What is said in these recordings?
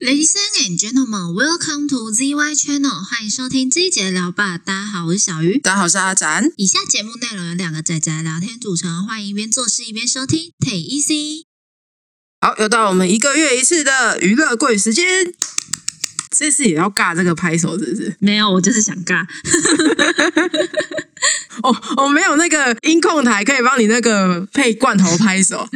Ladies and gentlemen, welcome to ZY Channel，欢迎收听这一节聊吧。大家好，我是小鱼。大家好，我是阿展。以下节目内容由两个仔仔聊天组成，欢迎一边做事一边收听，Take it easy。好，又到我们一个月一次的娱乐柜时间。这次也要尬这个拍手，是不是？没有，我就是想尬。哦，我没有那个音控台可以帮你那个配罐头拍手。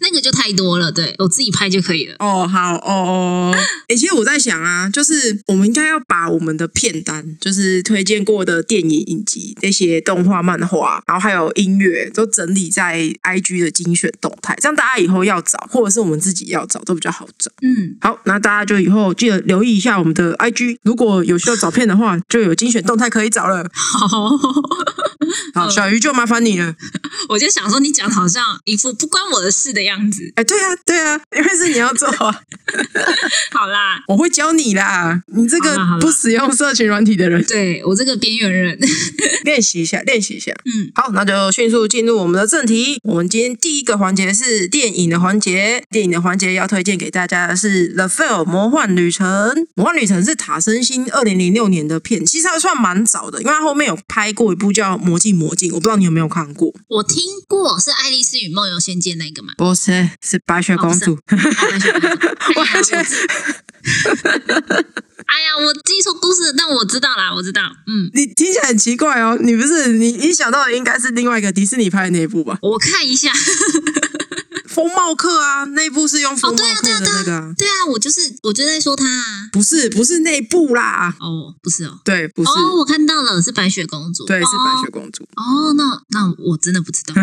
那个就太多了，对我自己拍就可以了。哦，好，哦哦。诶，其实我在想啊，就是我们应该要把我们的片单，就是推荐过的电影、影集、那些动画、漫画，然后还有音乐，都整理在 IG 的精选动态，这样大家以后要找，或者是我们自己要找，都比较好找。嗯，好，那大家就以后记得留意一下我们的 IG，如果有需要找片的 话，就有精选动态可以找了。好， 嗯好，小鱼就麻烦你了。我就想说你讲得好像一副不关我的事的样子。哎，对啊，对啊，因为是你要做啊，好啦，我会教你啦。你这好啦好个啦不使用社群软体的人，对我这个边缘人，练习一下，练习一下。嗯，好，那就迅速进入我们的正题。我们今天第一个环节是电影的环节，电影的环节要推荐给大家的是《The Fail 魔幻旅程》。魔幻旅程是塔森星二零零六年的片，其实还算蛮早的，因为他后面有拍过一部叫《魔镜魔镜》，我不知道你有没有看过？我听过是《爱丽丝与梦游仙境》那个嘛？不是，哦是白雪公主。 我我还 觉得哎呀，我记错故事，但我知道啦，我知道，嗯，你听起来很奇怪哦，你不是你你想到的应该是另外一个迪士尼拍的那一部吧？我看一 下。风帽客啊，那一部是用哦，风帽对啊，对客啊，的对那个、啊，对啊，我就是我就在说他啊。不是不是那一部啦，哦，不是哦，对，不是。哦，我看到了，是白雪公主。对，是白雪哦。公主。哦，那那我真的不 知道。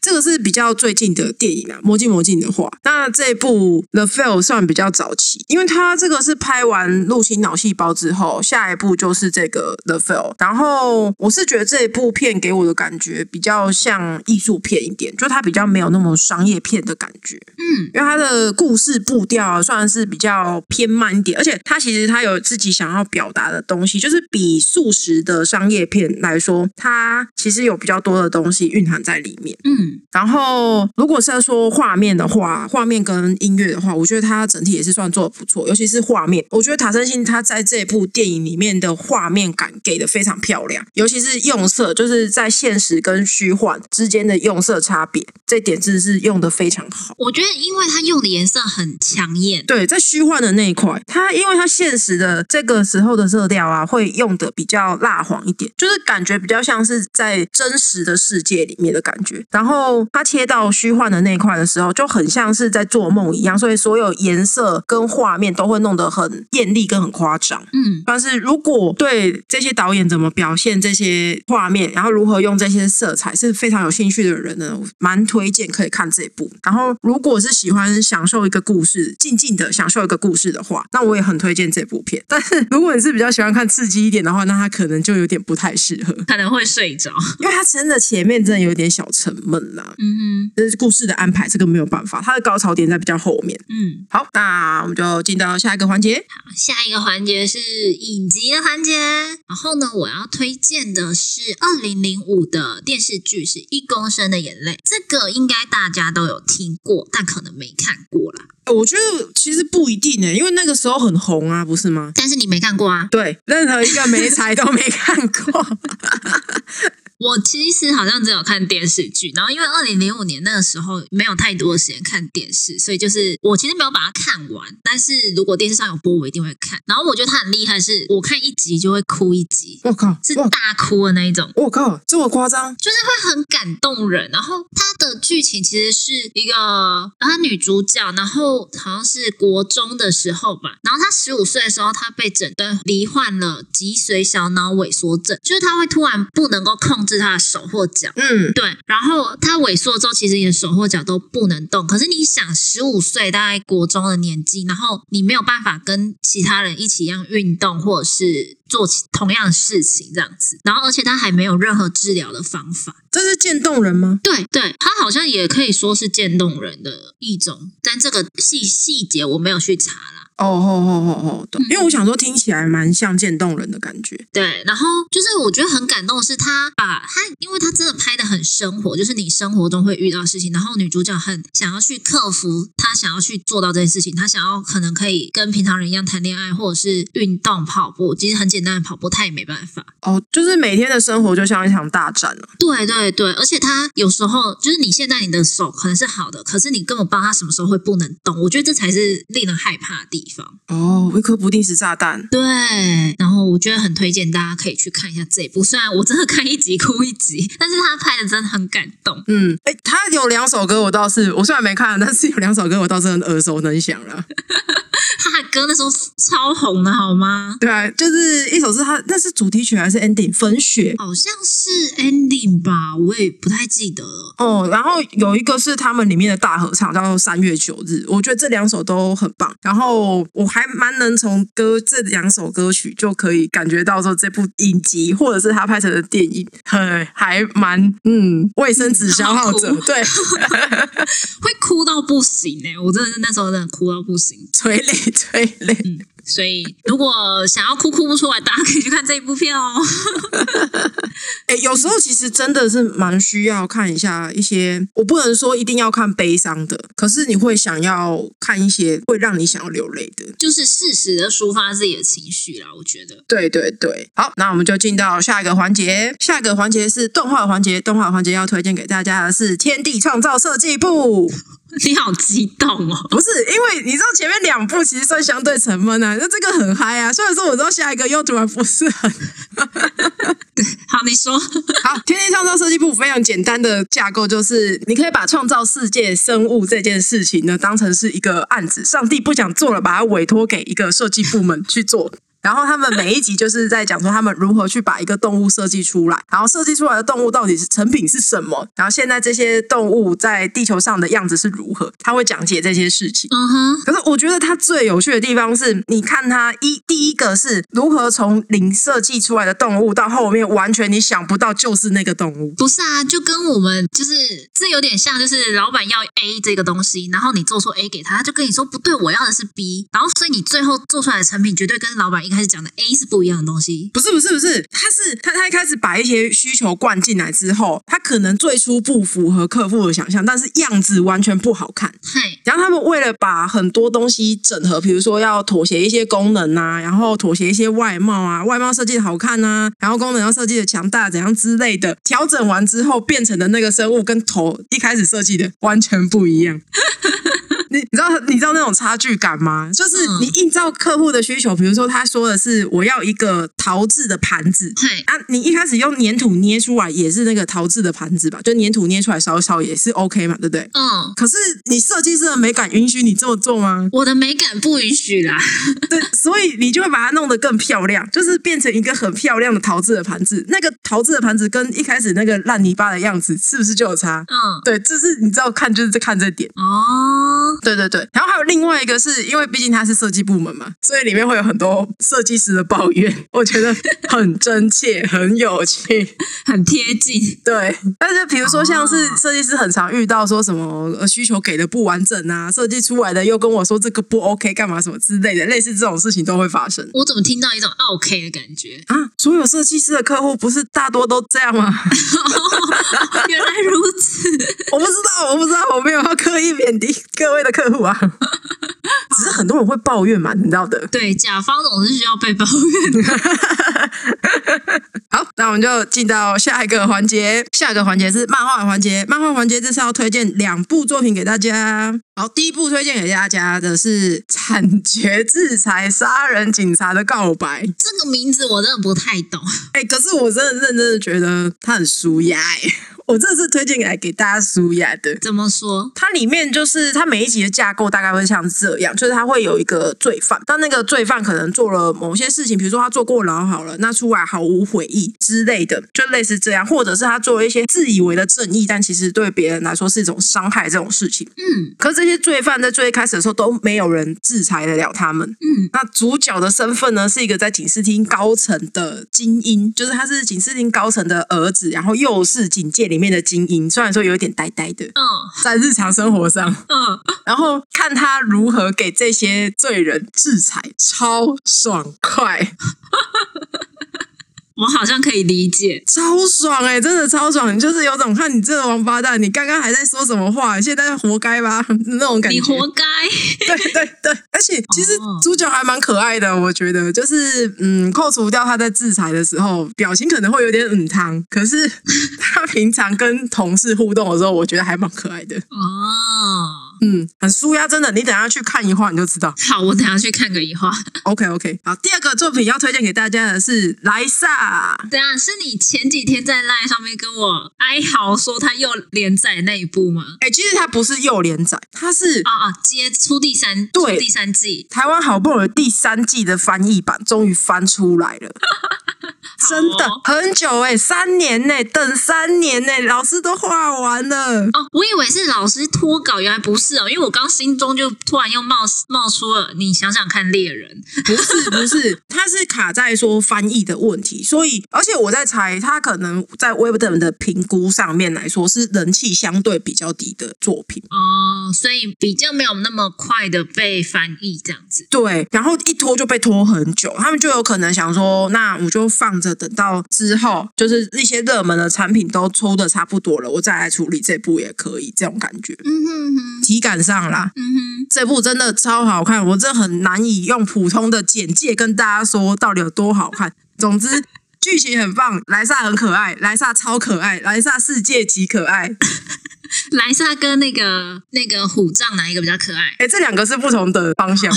这个是比较最近的电影啊，《魔镜魔镜》的话，那这部《The Fail》算比较早期，因为它这个是拍完《入侵脑细胞》之后，下一部就是这个《The Fail》。然后我是觉得这部片给我的感觉比较像艺术片一点，就它比较没有那么商业片的感觉。嗯因为他的故事步调啊，算是比较偏慢一点，而且他其实他有自己想要表达的东西，就是比速食的商业片来说，它其实有比较多的东西蕴含在里面。嗯然后，如果是要说画面的话，画面跟音乐的话，我觉得它整体也是算做的不错，尤其是画面，我觉得塔森辛他在这部电影里面的画面感给的非常漂亮，尤其是用色，就是在现实跟虚幻之间的用色差别，这点真的是用的非常好。我觉得因为他用的颜色很抢眼。对，在虚幻的那一块，它因为它现实的这个时候的色调啊，会用的比较蜡黄一点，就是感觉比较像是在真实的世界里面的感觉。然后它切到虚幻的那一块的时候，就很像是在做梦一样，所以所有颜色跟画面都会弄得很艳丽跟很夸张。嗯但是如果对这些导演怎么表现这些画面，然后如何用这些色彩是非常有兴趣的人呢，我蛮推荐可以看这部。然后如果是喜欢享受一个故事，静静的享受一个故事的话，那我也很推荐这部片。但是如果你是比较喜欢看刺激一点的话，那它可能就有点不太适合，可能会睡着。因为它真的前面真的有点小沉闷啦。嗯这是故事的安排，这个没有办法，它的高潮点在比较后面。哼嗯。好，那我们就进到下一个环节。下一个环节是影集的环节，然后呢，我要推荐的是二零零五的电视剧是《一公升的眼泪》，这个应该大家都有听过，但可能没看过啦。我觉得其实不一定呢、因为那个时候很红啊，不是吗？但是你没看过啊？对，任何一个美才都没看过。我其实好像只有看电视剧，然后因为二零零五年那个时候没有太多的时间看电视，所以就是我其实没有把它看完。但是如果电视上有播，我一定会看。然后我觉得它很厉害是，我看一集就会哭一集， 我靠，是哇大哭的那一种。我靠，这么夸张？就是会很感动人。然后它的剧情其实是一个她女主角，然后好像是国中的时候吧，然后她十五岁的时候，她被诊断罹患了脊髓小脑萎缩症，就是她会突然不能够控制她的手或脚。嗯，对，然后她萎缩之后，其实你的手或脚都不能动。可是你想，十五岁大概国中的年纪，然后你没有办法跟其他人一起一样运动，或者是做其同样的事情这样子。然后，而且她还没有任何治疗的方法。这是渐冻人吗？对对，它好像也可以说是渐冻人的一种，但这个细细节我没有去查啦。哦哦哦哦哦，因为我想说听起来蛮像渐冻人的感觉。对，然后就是我觉得很感动的是，他把他，因为他真的拍的很生活，就是你生活中会遇到的事情，然后女主角很想要去克服，她想要去做到这件事情，她想要可能可以跟平常人一样谈恋爱，或者是运动跑步，其实很简单的跑步，她也没办法。哦，就是每天的生活就像一场大战了、对对对，而且她有时候就是你现在你的手可能是好的，可是你根本不知道她什么时候会不能动，我觉得这才是令人害怕的地方。哦，一颗不定时炸弹。对，然后我觉得很推荐大家可以去看一下这一部，虽然我真的看一集哭一集，但是他拍的真的很感动。嗯，哎，他有两首歌，我倒是我虽然没看，但是有两首歌我倒是很耳熟能详了。他的歌那时候超红的好吗？对啊，就是一首是他，那是主题曲还是 ending？粉雪。好像是 ending 吧，我也不太记得了。哦，然后有一个是他们里面的大合唱，叫做《三月九日》，我觉得这两首都很棒。然后我还蛮能从歌这两首歌曲就可以感觉到说这部影集或者是他拍成的电影，很还蛮嗯卫生纸消耗者嗯好酷 对会哭到不行哎、我真的是那时候真的哭到不行。催泪催泪。嗯所以如果想要哭哭不出来，大家可以去看这一部片哦。哎、有时候其实真的是蛮需要看一下一些，我不能说一定要看悲伤的，可是你会想要看一些会让你想要流泪的。就是适时的抒发自己的情绪啦，我觉得。对对对，好，那我们就进到下一个环节。下一个环节是动画环节，动画环节要推荐给大家的是《天地创造设计部》。你好激动哦！不是，因为你知道前面两部其实算相对沉闷啊，那这个很嗨啊。虽然说我知道下一个又突然不是很好，你说。好，天地创造设计部非常简单的架构就是，你可以把创造世界生物这件事情呢，当成是一个案子，上帝不想做了，把它委托给一个设计部门去做。然后他们每一集就是在讲说他们如何去把一个动物设计出来，然后设计出来的动物到底是成品是什么，然后现在这些动物在地球上的样子是如何，他会讲解这些事情。嗯哼，可是我觉得它最有趣的地方是，你看它一第一个是如何从零设计出来的动物，到后面完全你想不到就是那个动物。不是啊，就跟我们就是这有点像，就是老板要 A 这个东西，然后你做出 A 给他，他就跟你说不对，我要的是 B，然后所以你最后做出来的成品绝对跟老板一开始讲的 A 是不一样的东西。不是不是不是，它是它它一开始把一些需求灌进来之后，它可能最初不符合客户的想象，但是样子完全不好看。嗨，然后他们为了把很多东西整合，比如说要妥协一些功能啊，然后妥协一些外貌啊，外貌设计的好看啊，然后功能要设计的强大怎样之类的，调整完之后变成的那个生物跟头一开始设计的完全不一样。 你你知道你知道那种差距感吗？就是嗯你依照客户的需求，比如说他说的是我要一个陶制的盘子，嗨，啊，你一开始用粘土捏出来也是那个陶制的盘子吧？就粘土捏出来烧一烧也是 OK 嘛，对不对？嗯，？可是你设计师的美感允许你这么做吗我的美感不允许啦。对，所以你就会把它弄得更漂亮，就是变成一个很漂亮的陶制的盘子。那个陶制的盘子跟一开始那个烂泥巴的样子，是不是就有差？嗯，对，就是你知道看就是在看这点。哦，对对对，然后还有另外一个是因为毕竟它是设计部门嘛，所以里面会有很多设计师的抱怨，我觉得很真切，很有趣。很贴近。对，但是比如说像是哦设计师很常遇到说什么呃需求给的不完整啊，设计出来的又跟我说这个不 OK 干嘛什么之类的，类似这种事情都会发生。我怎么听到一种 OK 的感觉？啊，所有设计师的客户不是大多都这样吗？ 原来如此，我不知道，我不知道，我没有要刻意贬低各位的客户啊， 只是很多人会抱怨嘛，你知道的。 对，甲方总是需要被抱怨 的。好，那我们就进到下一个环节。下一个环节是漫画的环节，漫画环节这次要推荐两部作品给大家。好，第一部推荐给大家的是《惨绝制裁杀人警察的告白》。这个名字我真的不太懂。 哎、可是我真的认真的觉得它很舒压、哎， 我这是推荐给给大家舒压的。怎么说？它里面就是它每一集的架构大概会像这样，就是它会有一个罪犯，但那个罪犯可能做了某些事情，比如说他坐过牢好了，那出来毫无悔意之类的，就类似这样，或者是他做了一些自以为的正义，但其实对别人来说是一种伤害这种事情。嗯可是这些罪犯在最一开始的时候都没有人制裁得了他们。嗯，那主角的身份呢，是一个在警视厅高层的精英，就是他是警视厅高层的儿子，然后又是警界里面面的精英，虽然说有一点呆呆的，嗯在日常生活上，嗯，然后看他如何给这些罪人制裁，超爽快，我好像可以理解。超爽哎、真的超爽！你就是有种看你这个王八蛋，你刚刚还在说什么话，现在活该吧那种感觉。你活该，对对对，而且其实哦主角还蛮可爱的，我觉得就是嗯，扣除掉他在制裁的时候表情可能会有点嗯汤，可是他平常跟同事互动的时候，我觉得还蛮可爱的。哦，嗯，很舒压，真的，你等一下去看一话你就知道。好，我等一下去看个一话。 OK OK，好，第二个作品要推荐给大家的是《莱萨》。等一下是你前几天在 LINE 上面跟我哀嚎说他又连载那一部吗？哎、其实它不是幼连载，它是啊啊，接出第三，对出第三季，台湾好不容易第三季的翻译版终于翻出来 了，真的好哦很久哎、三年呢、等三年呢、老师都画完了。哦，我以为是老师脱稿，原来不是哦，因为我刚心中就突然又冒冒出了，你想想看，猎人，不是不是， 它是卡在说翻译的问题，所以而且我在猜，它可能在 Web 的评估上面来说是人气相对比较低的作品。哦，所以比较没有那么快的被翻译这样子。对，然后一拖就被拖很久，他们就有可能想说，那我就放着，等到之后就是一些热门的产品都抽的差不多了，我再来处理这部也可以，这种感觉嗯哼哼，体感上啦。嗯哼，这部真的超好看，我真的很难以用普通的简介跟大家说到底有多好看。总之，剧情很棒，莱萨很可爱，莱萨超可爱，莱萨世界级可爱。莱萨跟那个那个虎杖哪一个比较可爱？哎，这两个是不同的 方向。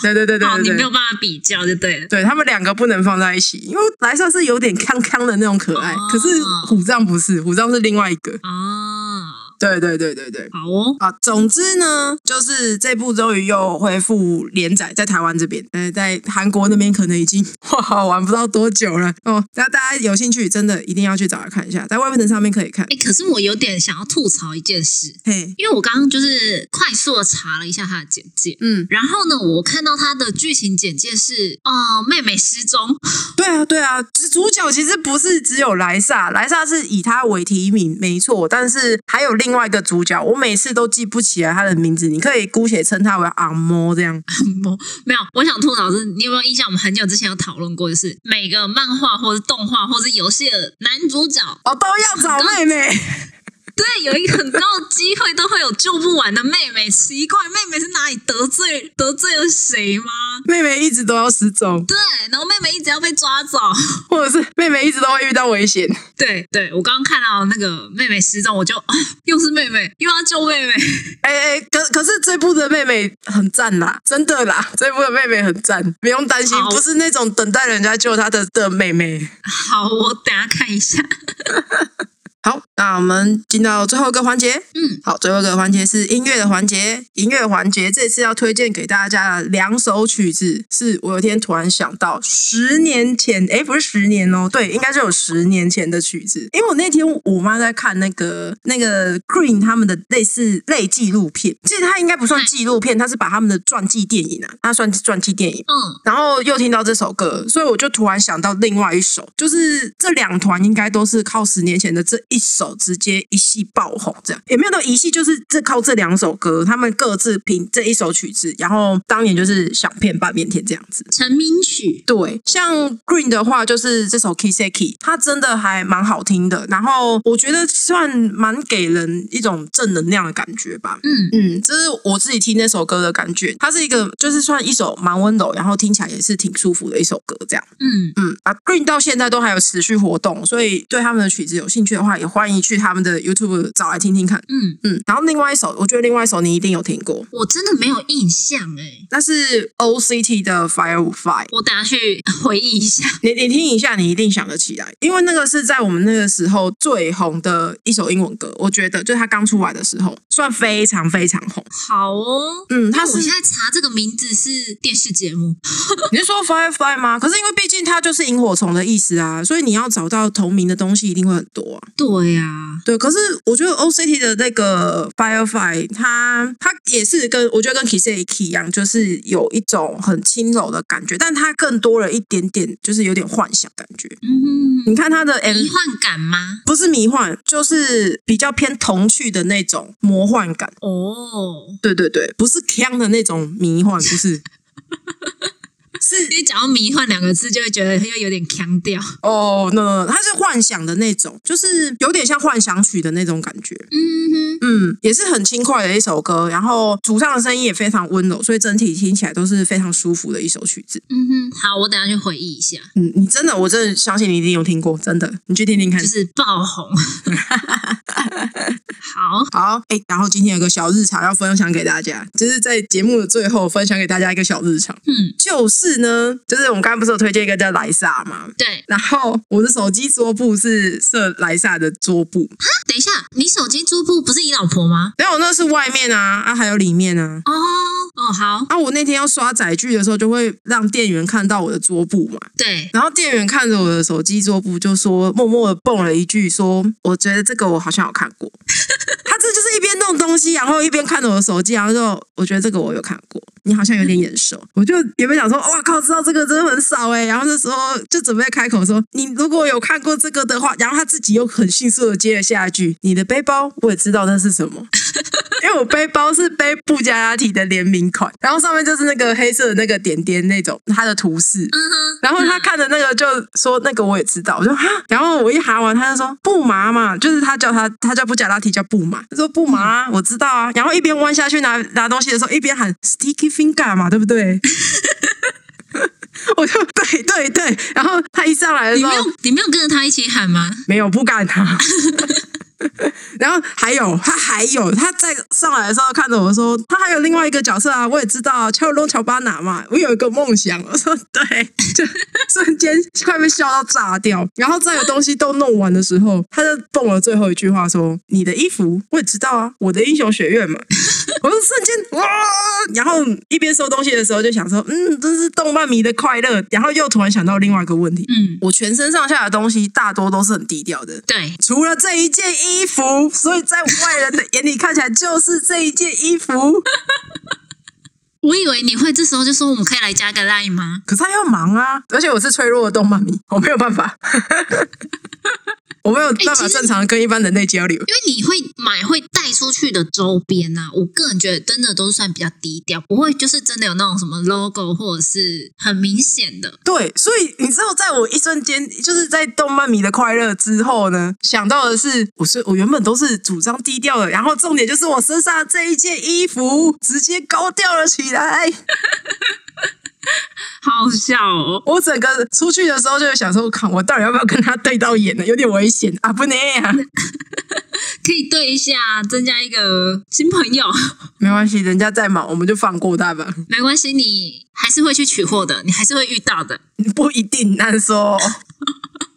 对对对对好，对你对，没有办法比较就对了。对他们两个不能放在一起，因为莱瑟是有点康康的那种可爱，哦可是虎杖不是，虎杖是另外一个。啊，对对对对对。好哦，啊，总之呢，就是这部终于又恢复连载，在台湾这边，呃，在韩国那边可能已经 哇玩不知道多久了哦。那大家有兴趣，真的一定要去找来看一下，在外面的上面可以看。哎，可是我有点想要吐槽一件事，嘿，因为我刚刚就是快速的查了一下他的简介。嗯，然后呢，我看到他的剧情简介是，哦，妹妹失踪， 对啊，对啊，主主角其实不是只有莱萨，莱萨是以他为提名，没错，但是还有另外一个主角，我每次都记不起来他的名字，你可以姑且称他为阿嬷这样。我没有，我想吐槽的是，你有没有印象？我们很久之前有讨论过，就是每个漫画或者动画或者游戏的男主角，哦，都要找妹妹，对，有一个很高的机会都会有救不完的妹妹。奇怪，妹妹是哪里得罪得罪了谁吗？妹妹一直都要失踪，对，然后妹妹一直要被抓走。或者是妹妹一直都会遇到危险。对，对我刚刚看到那个妹妹失踪，我就啊，又是妹妹，又要救妹妹。 哎哎，可可是这部的妹妹很赞啦，真的啦，这部的妹妹很赞，不用担心，好不是那种等待人家救她的的妹妹。好，我等一下看一下。好，那我们进到最后一个环节。嗯，好，最后一个环节是音乐的环节。音乐环节这次要推荐给大家的两首曲子，是我有一天突然想到，十年前，诶，不是十年哦，对，应该是有十年前的曲子。因为我那天我妈在看那个那个 Green 他们的类似类纪录片，其实它应该不算纪录片，它是把他们的传记电影啊，它算传记电影。嗯，然后又听到这首歌，所以我就突然想到另外一首，就是这两团应该都是靠十年前的这一首直接一系爆红，这样也没有到一系，就是这靠这两首歌，他们各自凭这一首曲子，然后当年就是想骗半边天这样子。成名曲。对，像 Green 的话，就是这首 Kiseki，它真的还蛮好听的，然后我觉得算蛮给人一种正能量的感觉吧。嗯嗯，这是我自己听那首歌的感觉，它是一个就是算一首蛮温柔，然后听起来也是挺舒服的一首歌，这样。嗯，嗯，啊，Green 到现在都还有持续活动，所以对他们的曲子有兴趣的话，也欢迎去他们的 YouTube 找来听听看。嗯，嗯，然后另外一首，我觉得另外一首你一定有听过，我真的没有印象哎、那是 OCT 的 Fire with Fire。我等一下去回忆一下。你你听一下，你一定想得起来，因为那个是在我们那个时候最红的一首英文歌，我觉得就是它刚出来的时候，算非常非常红。好哦，嗯，它那是我现在查这个名字是电视节目，你是说 Firefly 吗？可是因为毕竟它就是萤火虫的意思啊，所以你要找到同名的东西一定会很多啊。对对呀、对，可是我觉得 OCT 的那个 Firefly，它它也是跟我觉得跟 Kiseki 一样，就是有一种很轻柔的感觉，但它更多了一点点，就是有点幻想感觉。嗯，你看它的 M 迷幻感吗？不是迷幻，就是比较偏童趣的那种魔幻感。哦，对对对，不是腔的那种迷幻，不是。是因为讲到迷幻两个字，就会觉得又有点腔调。哦，那它是幻想的那种，就是有点像幻想曲的那种感觉。嗯哼，嗯，也是很轻快的一首歌，然后主唱的声音也非常温柔，所以整体听起来都是非常舒服的一首曲子。嗯哼，好，我等一下去回忆一下，嗯，你真的，我真的相信你一定有听过，真的，你去听听看就。是爆红。好，好，哎、然后今天有个小日常要分享给大家，就是在节目的最后分享给大家一个小日常，嗯，就是呢，就是我们刚刚不是有推荐一个叫莱萨嘛，对，然后我的手机桌布是设莱萨的桌布，等一下，你手机桌布不是你老婆吗？然后我那是外面啊，啊还有里面啊，哦哦，好，啊，我那天要刷载具的时候，就会让店员看到我的桌布嘛。对，然后店员看着我的手机桌布，就说默默的蹦了一句说：“我觉得这个我好像有看过。” 他这就是一边弄东西，然后一边看着我的手机，然后就我觉得这个我有看过，你好像有点眼熟。我就原本想说：“哇靠，知道这个真的很少哎、然后那时候就准备开口说：“你如果有看过这个的话。”然后他自己又很迅速的接了下一句：“你的背包我也知道那是什么。”因为我背包是背布加拉提的联名款，然后上面就是那个黑色的那个点点那种它的图示。嗯哼，然后他看的那个就说那个我也知道，我就哈，然后我一喊完他就说布麻嘛，就是他叫他他叫布加拉提叫布麻，他说布麻啊、嗯我知道啊，然后一边弯下去拿拿东西的时候，一边喊 sticky finger 嘛，对不对？ 我就对对对，然后他一上来的你时候没有你没有跟着他一起喊吗？没有不敢啊。 然后还有他还有他在上来的时候看着我说，他还有另外一个角色啊，我也知道啊，乔隆乔巴拿嘛，我有一个梦想。 我说对，就瞬间快被笑到炸掉。然后这个东西都弄完的时候，他就蹦了最后一句话说：“你的衣服我也知道啊，我的英雄学院嘛。” 我就瞬间哇，然后一边收东西的时候就想说，嗯，这是动漫迷的快乐。然后又突然想到另外一个问题，嗯，我全身上下的东西大多都是很低调的，对，除了这一件衣服，所以在外人的眼里看起来就是这一件衣服。我以为你会这时候就说我们可以来加个 line 吗？可是他要忙啊，而且我是脆弱的动漫迷，我没有办法， 我没有办欸其法实正常跟一般人类交流。因为你会买会带出去的周边呐、啊，我个人觉得真的都算比较低调，不会就是真的有那种什么 logo 或者是很明显的。对，所以你知道，在我一瞬间，就是在动漫迷的快乐之后呢，想到的是，我是我原本都是主张低调的，然后重点就是我身上的这一件衣服直接高调了起来。好笑哦！我整个出去的时候就有想说，看我到底要不要跟他对到眼呢？有点危险啊，不能啊，可以对一下，增加一个新朋友，没关系，人家在忙，我们就放过他吧。 没关系，你还是会去取货的，你还是会遇到的。不一定难说。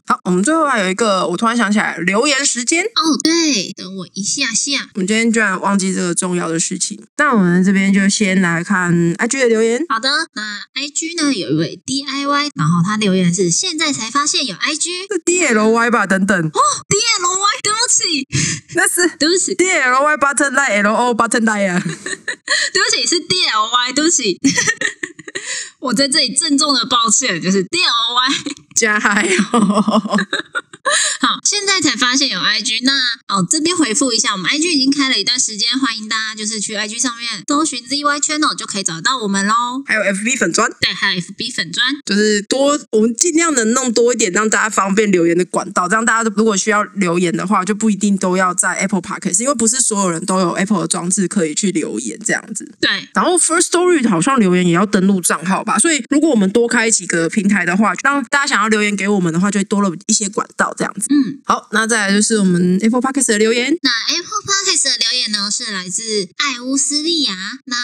好，我们最后还有一个，我突然想起来，留言时间。哦，对，等我一下下。我们今天居然忘记这个重要的事情，那我们这边就先来看 IG 的留言。好的，那 I G 呢有一位 D I Y，然后他留言是现在才发现有 I G 哦是 D L Y 吧？等等， D L Y，对不起，那是对不起， D L Y button line L O button line 啊。 对不起，是 D L Y，对不起， 我在这里郑重的抱歉，就是 D L Y。加油！ 好，哦现在才发现有 I G，那哦这边回复一下，我们 I G 已经开了一段时间，欢迎大家就是去 I G 上面搜寻 Z Y Channel 就可以找到我们喽。还有 FB 粉砖，对，还有 F B 粉砖，就是多，我们尽量能弄多一点让大家方便留言的管道，这样大家如果需要留言的话，就不一定都要在 Apple Podcast，因为不是所有人都有 Apple 的装置可以去留言这样子。对，然后 First Story 好像留言也要登录账号吧，所以如果我们多开几个平台的话，让大家想要留言给我们的话，就会多了一些管道这样子。嗯，好，那再来就是我们 Apple Podcast 的留言，那 Apple Podcast 的留言呢是来自艾乌斯利亚，那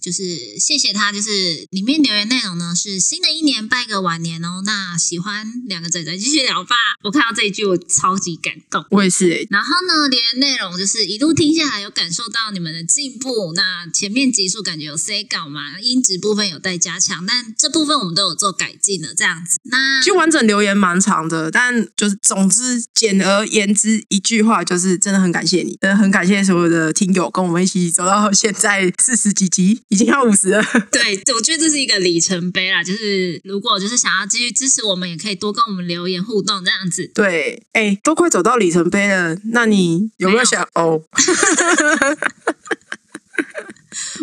就是谢谢他，就是里面留言内容呢是新的一年拜个晚年哦，那喜欢两个仔仔继续聊吧。我看到这一句我超级感动。我也是、欸，然后呢，留言内容就是一路听下来有感受到你们的进步。那前面集数感觉有 C 稿嘛，音质部分有待加强，但这部分我们都有做改进的这样子。那其实完整留言蛮长的，但就是总之简而言之一句话就是真的很感谢你，真的很感谢所有的听友跟我们一起走到现在四十几集，已经要五十了。对，我觉得这是一个里程碑啦。就是如果就是想要继续支持我们，也可以多跟我们留言互动这样子。对，哎、都快走到里程碑了，那你有没有没有想哦？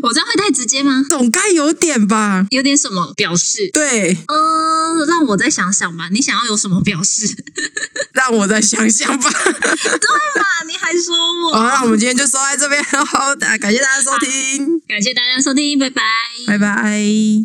我这样会太直接吗？总该有点吧？有点什么表示？对，呃，让我再想想吧。你想要有什么表示？ 让我再想想吧。对嘛？你还说我？好，那我们今天就说在这边，好，感谢大家收听，感谢大家收听，拜拜。拜拜。